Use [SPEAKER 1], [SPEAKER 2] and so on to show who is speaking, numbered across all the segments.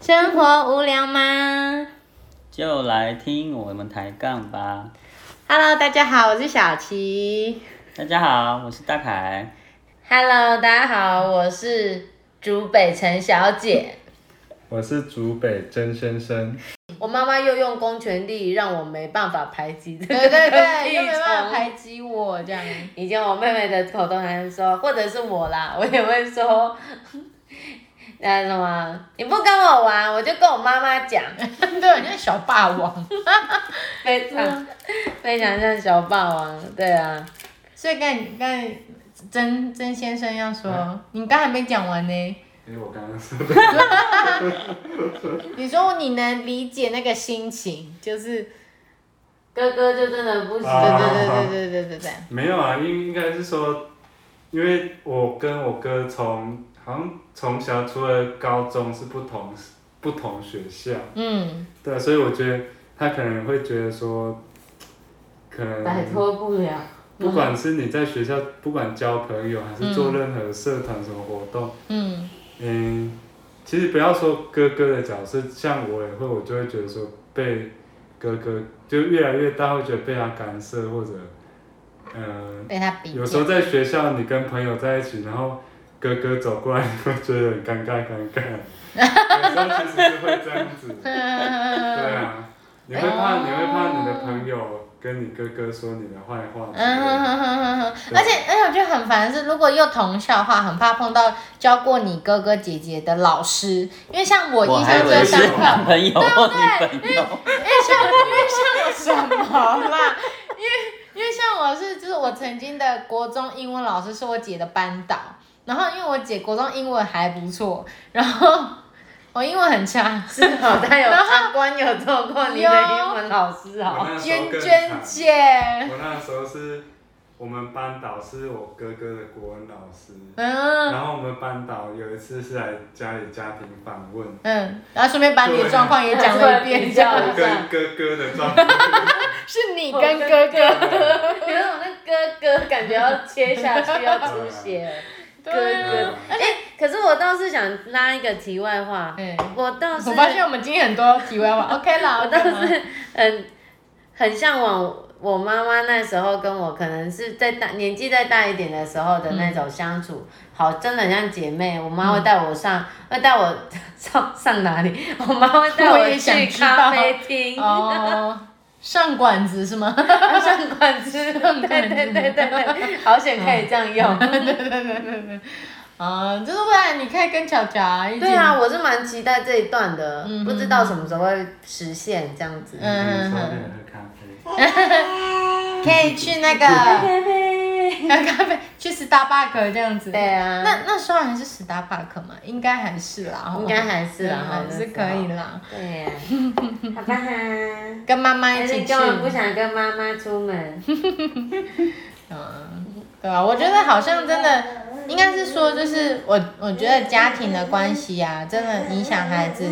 [SPEAKER 1] 生活无聊吗
[SPEAKER 2] 就来听我们抬杠吧。
[SPEAKER 1] ？Hello，大家好，我是小琪。
[SPEAKER 2] 大家好，我是大凯。
[SPEAKER 1] Hello，大家好，我是竹北陈小姐。
[SPEAKER 3] 我是竹北真先生，
[SPEAKER 4] 我妈妈又用公权力让我没办法排挤这个
[SPEAKER 1] 对对
[SPEAKER 4] 跟屁
[SPEAKER 1] 对，又没办法
[SPEAKER 4] 虫
[SPEAKER 1] 排挤我 这样。
[SPEAKER 4] 以前我妹妹的口头禅是说，或者是我啦， 我也会说，那什么，你不跟我玩，我就跟我妈妈 讲，
[SPEAKER 1] 对，你是小霸王。
[SPEAKER 4] 非常非常像小霸王，对啊，
[SPEAKER 1] 所以刚才刚才曾曾先生要说，你刚才没讲完呢。
[SPEAKER 3] 因为我刚刚是
[SPEAKER 1] 你说你能理解那个心情，就是
[SPEAKER 4] 哥哥就真的不行，
[SPEAKER 1] 对
[SPEAKER 3] 啊
[SPEAKER 1] 对对对对对对对。
[SPEAKER 3] 没有啊，应应该是说，因为我跟我哥从好像从小除了高中是不同不同学校，
[SPEAKER 1] 嗯，
[SPEAKER 3] 对啊，所以我觉得他可能会觉得说，可
[SPEAKER 4] 摆
[SPEAKER 3] 能
[SPEAKER 4] 脱不了，
[SPEAKER 3] 不管是你在学校，不管交朋友还是做任何社团什么活动，
[SPEAKER 1] 嗯，
[SPEAKER 3] 嗯，其实不要说哥哥的角色，像我也会，我就会觉得说被哥哥就越来越大，会觉得被他干涉或者，呃，
[SPEAKER 1] 被他比较
[SPEAKER 3] 有时候在学校你跟朋友在一起，然后哥哥走过来，你会觉得很尴尬尴尬。有时候其实是会这样 子，对啊，你会怕你会怕你的朋友跟你哥哥说你的坏话之类的，
[SPEAKER 1] 嗯，而且而且我觉得很烦的是，如果又同校的话，很怕碰到教过你哥哥姐姐的老师，因为像我
[SPEAKER 2] 我
[SPEAKER 1] 印
[SPEAKER 2] 还
[SPEAKER 1] 象
[SPEAKER 2] 以
[SPEAKER 1] 最
[SPEAKER 2] 为是
[SPEAKER 1] 深刻，
[SPEAKER 2] 男朋友或女朋友。
[SPEAKER 1] 因为像因为像我什么啦，因为因为像我是就是我曾经的国中英文老师是我姐的班导，然后因为我姐国中英文还不错，然后我英文很差，
[SPEAKER 4] 至好他有
[SPEAKER 1] 然后
[SPEAKER 4] 阿关有做过你的英文老
[SPEAKER 1] 嗯
[SPEAKER 4] 师
[SPEAKER 3] 我
[SPEAKER 4] 哦，
[SPEAKER 3] 那时候
[SPEAKER 1] 娟
[SPEAKER 3] 更
[SPEAKER 1] 娟
[SPEAKER 3] 惨
[SPEAKER 1] 姐，
[SPEAKER 3] 我那时候是我们班导是我哥哥的国文老师，
[SPEAKER 1] 嗯
[SPEAKER 3] 然后我们班导有一次是来家里家庭访问，
[SPEAKER 1] 嗯，然后顺便把你的状况也讲了一遍，
[SPEAKER 4] 对
[SPEAKER 1] 这样
[SPEAKER 4] 啊
[SPEAKER 3] 我跟哥哥的状况，
[SPEAKER 1] 是你跟哥哥。
[SPEAKER 4] 可是我那哥哥感觉要切下去要出血了。哥
[SPEAKER 1] 啊
[SPEAKER 4] 哥，哎、可是我倒是想拉一个题外话，
[SPEAKER 1] 嗯
[SPEAKER 4] 我倒是，
[SPEAKER 1] 我发现嗯我们今天很多题外话，OK 啦，
[SPEAKER 4] 我
[SPEAKER 1] 我倒
[SPEAKER 4] 倒
[SPEAKER 1] 是
[SPEAKER 4] 是很很向往我妈妈那时候跟我，可能是在大年纪再大一点的时候的那种相处，好，真的很像姐妹。我妈会带我上，会带我上上哪里？我妈会带
[SPEAKER 1] 我也想
[SPEAKER 4] 去
[SPEAKER 1] 知道
[SPEAKER 4] 咖啡厅。
[SPEAKER 1] 哦，上馆子是吗？
[SPEAKER 4] 上馆子，对
[SPEAKER 1] 上馆
[SPEAKER 4] 对
[SPEAKER 1] 子
[SPEAKER 4] 对对对，好险可以这样用。
[SPEAKER 1] 啊、就是不然你可以跟巧巧啊一起，
[SPEAKER 4] 对啊，，我是蛮期待这一段的，
[SPEAKER 1] 嗯
[SPEAKER 4] 不知道什么时候会实现这样子。
[SPEAKER 1] 嗯
[SPEAKER 3] 早点喝咖啡，
[SPEAKER 1] 可以去那个咖啡，去 Starbucks 这样子。
[SPEAKER 4] 对啊，
[SPEAKER 1] 那那时候还是 Starbucks 嘛，应该还是啦，吼
[SPEAKER 4] 应该还是啦
[SPEAKER 1] 嗯
[SPEAKER 4] 吼
[SPEAKER 1] 还是可以啦，
[SPEAKER 4] 对呀，好吧哈。
[SPEAKER 1] 跟妈妈一
[SPEAKER 4] 而且
[SPEAKER 1] 起去
[SPEAKER 4] 根。本不想跟妈妈出门。
[SPEAKER 1] 嗯，对啊，我觉得好像真的，应该是说，就是我我觉得家庭的关系啊，真的影响孩子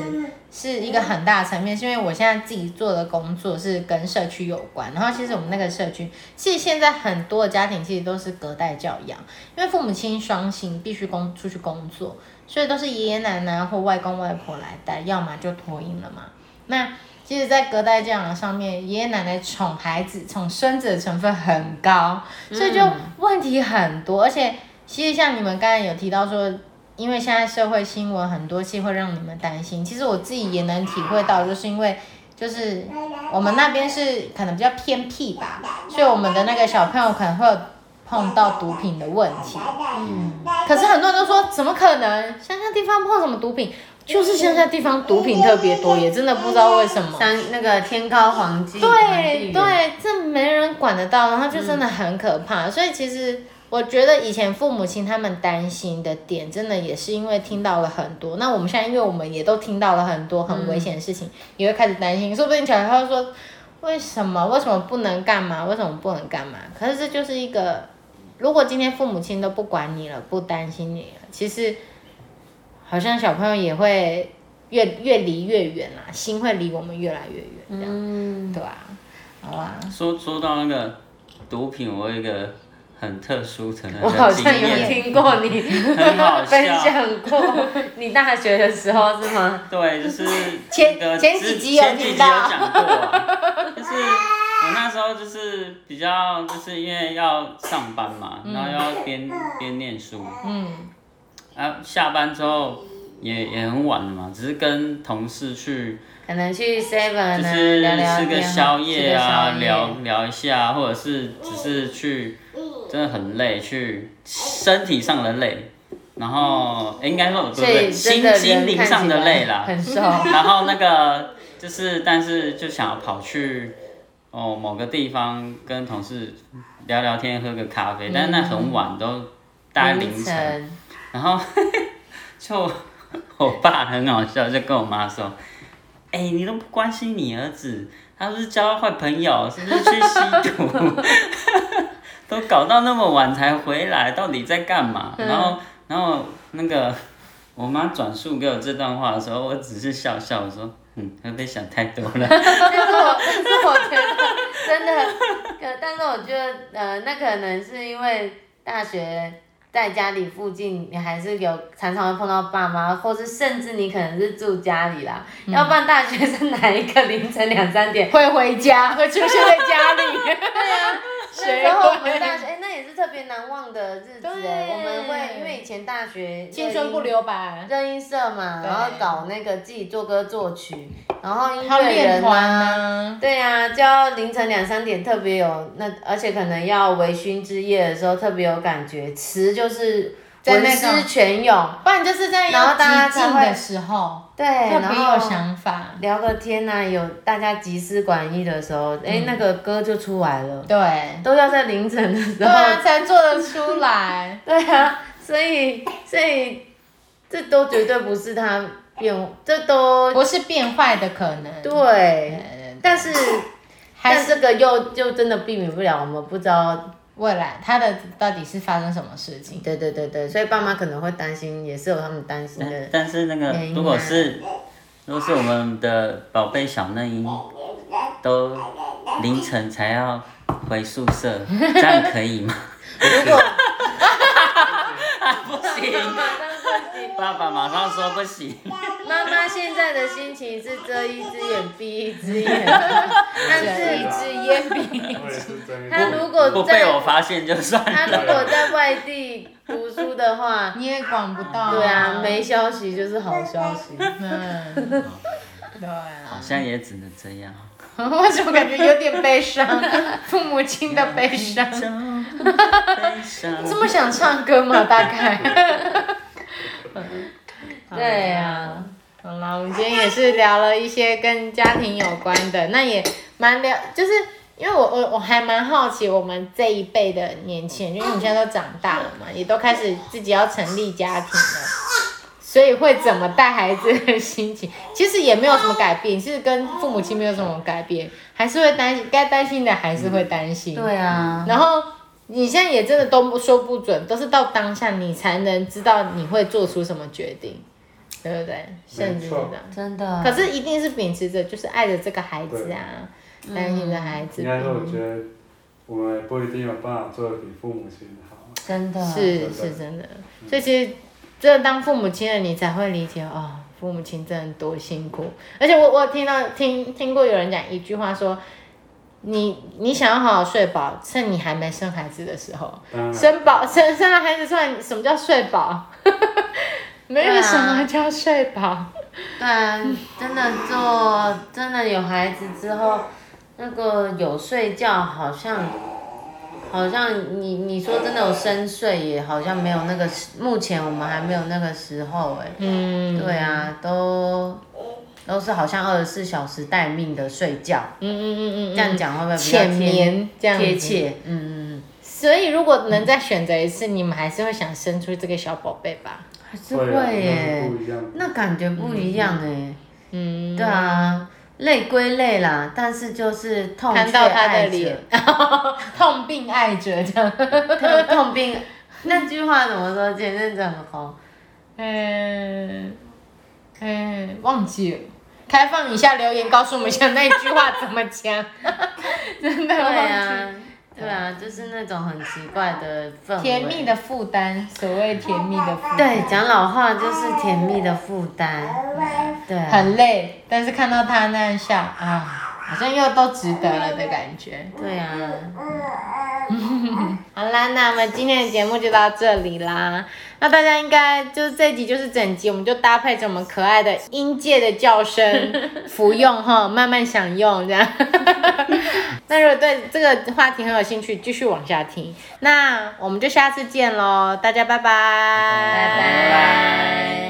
[SPEAKER 1] 是一个很大的层面，是因为我现在自己做的工作是跟社区有关，然后其实我们那个社区，其实现在很多的家庭其实都是隔代教养，因为父母亲双薪必须工出去工作，所以都是爷爷奶奶或外公外婆来带，要么就托婴了嘛。那其实，在隔代教养上面，爷爷奶奶宠孩子、宠孙子的成分很高，所以就问题很多。而且，其实像你们刚才有提到说，因为现在社会新闻很多，其实会让你们担心。其实我自己也能体会到，就是因为就是我们那边是可能比较偏僻吧，所以我们的那个小朋友可能会有碰到毒品的问题。嗯可是很多人都说，怎么可能？乡下地方碰什么毒品？就是乡下地方毒品特别多，也真的不知道为什么。
[SPEAKER 4] 像那个天高皇帝，
[SPEAKER 1] 对对，这没人管得到，然后就真的很可怕。所以其实我觉得以前父母亲他们担心的点，真的也是因为听到了很多。那我们现在因为我们也都听到了很多很危险的事情，也会开始担心，说不定小孩会说为什么为什么不能干嘛，为什么不能干嘛？可是这就是一个，如果今天父母亲都不管你了，不担心你了，其实好像小朋友也会。越越离越远啦、心会离我们越来越远，这样。
[SPEAKER 4] 嗯，
[SPEAKER 1] 对啊，好啊，
[SPEAKER 2] 说说到那个毒品，我有一个很很特殊的那
[SPEAKER 4] 我好
[SPEAKER 2] 个经
[SPEAKER 4] 像有
[SPEAKER 2] 验，
[SPEAKER 4] 听过你
[SPEAKER 2] 很 好
[SPEAKER 4] 分
[SPEAKER 2] 笑。
[SPEAKER 4] 享过，你大学的时候是吗？
[SPEAKER 2] 对，就是
[SPEAKER 1] 前
[SPEAKER 2] 那个
[SPEAKER 1] 前
[SPEAKER 2] 之
[SPEAKER 1] 几集有
[SPEAKER 2] 前几
[SPEAKER 1] 听
[SPEAKER 2] 集
[SPEAKER 1] 到
[SPEAKER 2] 有讲过啊， 就是我那时候就是比较就是因为要上班嘛，
[SPEAKER 4] 嗯
[SPEAKER 2] 然后要边边念书，
[SPEAKER 1] 嗯
[SPEAKER 2] 啊，下班之后也也很晚了嘛，只是跟同事去
[SPEAKER 4] 可能去 Seven 啊，
[SPEAKER 2] 就是
[SPEAKER 4] 聊聊
[SPEAKER 2] 吃
[SPEAKER 4] 天
[SPEAKER 2] 个宵夜啊，
[SPEAKER 4] 吃个宵夜
[SPEAKER 2] 聊聊一下，或者是只是去，真的很累，去身体上的累，然后、诶应该说不
[SPEAKER 4] 所以
[SPEAKER 2] 对，
[SPEAKER 4] 真
[SPEAKER 2] 心
[SPEAKER 4] 的
[SPEAKER 2] 心
[SPEAKER 4] 人
[SPEAKER 2] 灵
[SPEAKER 4] 看
[SPEAKER 2] 上
[SPEAKER 4] 起
[SPEAKER 2] 的
[SPEAKER 4] 来
[SPEAKER 2] 累啦。
[SPEAKER 4] 很瘦，
[SPEAKER 2] 然后那个就是，但是就想要跑去哦某个地方跟同事聊聊天，喝个咖啡，但是那很晚，都 大概凌晨，
[SPEAKER 4] 晨，
[SPEAKER 2] 然后 就我爸很好笑，就跟我妈说：“哎、你都不关心你儿子，他是不是交坏朋友，是不是去吸毒？ 都搞到那么晚才回来，到底在干嘛？”然后，然后那个我妈转述给我这段话的时候，我只是笑笑，我说：“嗯，会不会想太多了？”
[SPEAKER 4] 但是我但是我觉得真的，可但是我觉得呃，那可能是因为大学。在家里附近，你还是有常常会碰到爸妈，或是甚至你可能是住家里啦。
[SPEAKER 2] 嗯
[SPEAKER 4] 要不然大学生哪一个凌晨两三点
[SPEAKER 1] 会回家，会出现在家里。
[SPEAKER 4] 对啊，那
[SPEAKER 1] 谁
[SPEAKER 4] 时候我
[SPEAKER 1] 会
[SPEAKER 4] 们大学，哎、那也是特别难忘的日子哎、
[SPEAKER 1] 对
[SPEAKER 4] 我们会因为以前大学
[SPEAKER 1] 青春不留白，
[SPEAKER 4] 热音社嘛，
[SPEAKER 1] 对
[SPEAKER 4] 然后搞那个自己做歌作曲，然后音
[SPEAKER 1] 还有
[SPEAKER 4] 乐
[SPEAKER 1] 练
[SPEAKER 4] 人
[SPEAKER 1] 团
[SPEAKER 4] 啊。
[SPEAKER 1] 啊，
[SPEAKER 4] 对啊，就要凌晨两三点特别有那，而且可能要微醺之夜的时候特别有感觉，词就是
[SPEAKER 1] 在
[SPEAKER 4] 文
[SPEAKER 1] 那种
[SPEAKER 4] 思泉涌，
[SPEAKER 1] 不然就是在
[SPEAKER 4] 然
[SPEAKER 1] 要
[SPEAKER 4] 后大家
[SPEAKER 1] 激
[SPEAKER 4] 才
[SPEAKER 1] 进
[SPEAKER 4] 会
[SPEAKER 1] 的时候，
[SPEAKER 4] 对，
[SPEAKER 1] 特
[SPEAKER 4] 然
[SPEAKER 1] 别有
[SPEAKER 4] 后
[SPEAKER 1] 想法。
[SPEAKER 4] 聊个天呐、有大家集思广益的时
[SPEAKER 1] 嗯
[SPEAKER 4] 候，哎、那个歌就出来了，
[SPEAKER 1] 对，
[SPEAKER 4] 都要在凌晨的时
[SPEAKER 1] 对
[SPEAKER 4] 候
[SPEAKER 1] 啊，才做得出来。
[SPEAKER 4] 对啊，所以所以这都绝对不是他变，这都
[SPEAKER 1] 不是变坏的可能。
[SPEAKER 4] 对，
[SPEAKER 1] 呃，
[SPEAKER 4] 但是
[SPEAKER 1] 还
[SPEAKER 4] 但
[SPEAKER 1] 是
[SPEAKER 4] 这个又就真的避免不了，我们不知道，
[SPEAKER 1] 未来他的到底是发生什么事情？
[SPEAKER 4] 对对对对，所以爸妈可能会担心，也是有他们担心的
[SPEAKER 2] 但，但是那
[SPEAKER 4] 原
[SPEAKER 2] 个
[SPEAKER 4] 因啊
[SPEAKER 2] 如果是如果是我们的宝贝小嫩音，都凌晨才要回宿 舍，这样可以吗？
[SPEAKER 4] 如果
[SPEAKER 2] 不行，爸爸马上说不行。
[SPEAKER 4] 妈妈现在的心情是遮一只眼闭一只眼，但
[SPEAKER 1] 这
[SPEAKER 4] 是
[SPEAKER 1] 一支烟饼，
[SPEAKER 3] 我也是这样。
[SPEAKER 4] 他如果
[SPEAKER 2] 不被
[SPEAKER 4] 在
[SPEAKER 2] 我发现就算
[SPEAKER 4] 他
[SPEAKER 2] 了。
[SPEAKER 4] 如果在外地读书的话，
[SPEAKER 1] 你也管不到。
[SPEAKER 4] 对啊，没。消息就是好消息。
[SPEAKER 1] 嗯， 对啊
[SPEAKER 2] 好。像也只能这样。
[SPEAKER 1] 为什么感觉有点悲 伤？父母亲的悲伤。
[SPEAKER 2] 悲伤。
[SPEAKER 1] 这么想唱歌吗？大概。
[SPEAKER 4] 对啊。
[SPEAKER 1] 好啦，我们今天也是聊了一些跟家庭有关的，那也蛮聊，就是因为我我我还蛮好奇我们这一辈的年轻人，因为你现在都长大了嘛，也都开始自己要成立家庭了，所以会怎么带孩子的心情，其实也没有什么改变，是跟父母亲没有什么改变，还是会担心，该担心的还是会担心，
[SPEAKER 4] 对啊，
[SPEAKER 1] 然后你现在也真的都不说不准，都是到当下你才能知道你会做出什么决定，对不对？甚至是这样。
[SPEAKER 4] 真的。
[SPEAKER 1] 可是一定是秉持着就是爱着这个孩子啊，担心着孩子
[SPEAKER 3] 应，该是我觉得我们也不一定有办法做的比父母亲好。
[SPEAKER 4] 真的
[SPEAKER 1] 是是真的。
[SPEAKER 3] 嗯
[SPEAKER 1] 所以其实，真的当父母亲了，你才会理解哦，父母亲真的多辛苦。而且我我有听到听听过有人讲一句话说。你你想要好好睡饱，趁你还没生孩子的时候，
[SPEAKER 3] 当然，
[SPEAKER 1] 生饱生生了孩子出来，什么叫睡饱？ 没有什么叫睡饱，
[SPEAKER 4] 对啊，真的做真的有孩子之后，那个有睡觉好像，好像你你说真的有深睡也好像没有那个时，目前我们还没有那个时候哎、
[SPEAKER 1] 嗯，
[SPEAKER 4] 对啊，都都是好像二十四小时待命的睡觉，
[SPEAKER 1] 嗯嗯嗯嗯，
[SPEAKER 4] 这样讲会不会比较
[SPEAKER 1] 浅
[SPEAKER 4] 贴
[SPEAKER 1] 眠这样子
[SPEAKER 4] 贴。切？嗯嗯
[SPEAKER 1] 所以如果能再选择一次，你们还是会想生出这个小宝贝吧？
[SPEAKER 4] 嗯，还是
[SPEAKER 3] 会
[SPEAKER 4] 会
[SPEAKER 3] 啊
[SPEAKER 4] 耶、
[SPEAKER 3] 不一样。
[SPEAKER 4] 那感觉不一样哎、
[SPEAKER 1] 嗯，
[SPEAKER 4] 对啊，累归累啦，但是就是痛
[SPEAKER 1] 看
[SPEAKER 4] 却
[SPEAKER 1] 到他的
[SPEAKER 4] 爱着
[SPEAKER 1] 脸，，痛并爱着这样。
[SPEAKER 4] 痛痛并那句话怎么说？前阵子很红，
[SPEAKER 1] 嗯嗯，忘记了。开 放一下留言，告诉我们一下那一句话怎么讲。真的
[SPEAKER 4] 对
[SPEAKER 1] 忘记。
[SPEAKER 4] 啊，对啊，就是那种很奇怪的氛围。
[SPEAKER 1] 甜蜜的负担，所谓甜蜜的负担，
[SPEAKER 4] 对，讲老话就是甜蜜的负担。对啊，
[SPEAKER 1] 很累，但是看到他那样笑啊，好像又都值得了的感觉。
[SPEAKER 4] 对啊。
[SPEAKER 1] 好啦，那我们今天的节目就到这里啦。那大家应该就是这一集就是整集，我们就搭配着我们可爱的音界的叫声服用哈，慢慢享用这样。 那如果对这个话题很有兴趣，继续往下听。那我们就下次见喽，大家拜拜，
[SPEAKER 4] 拜拜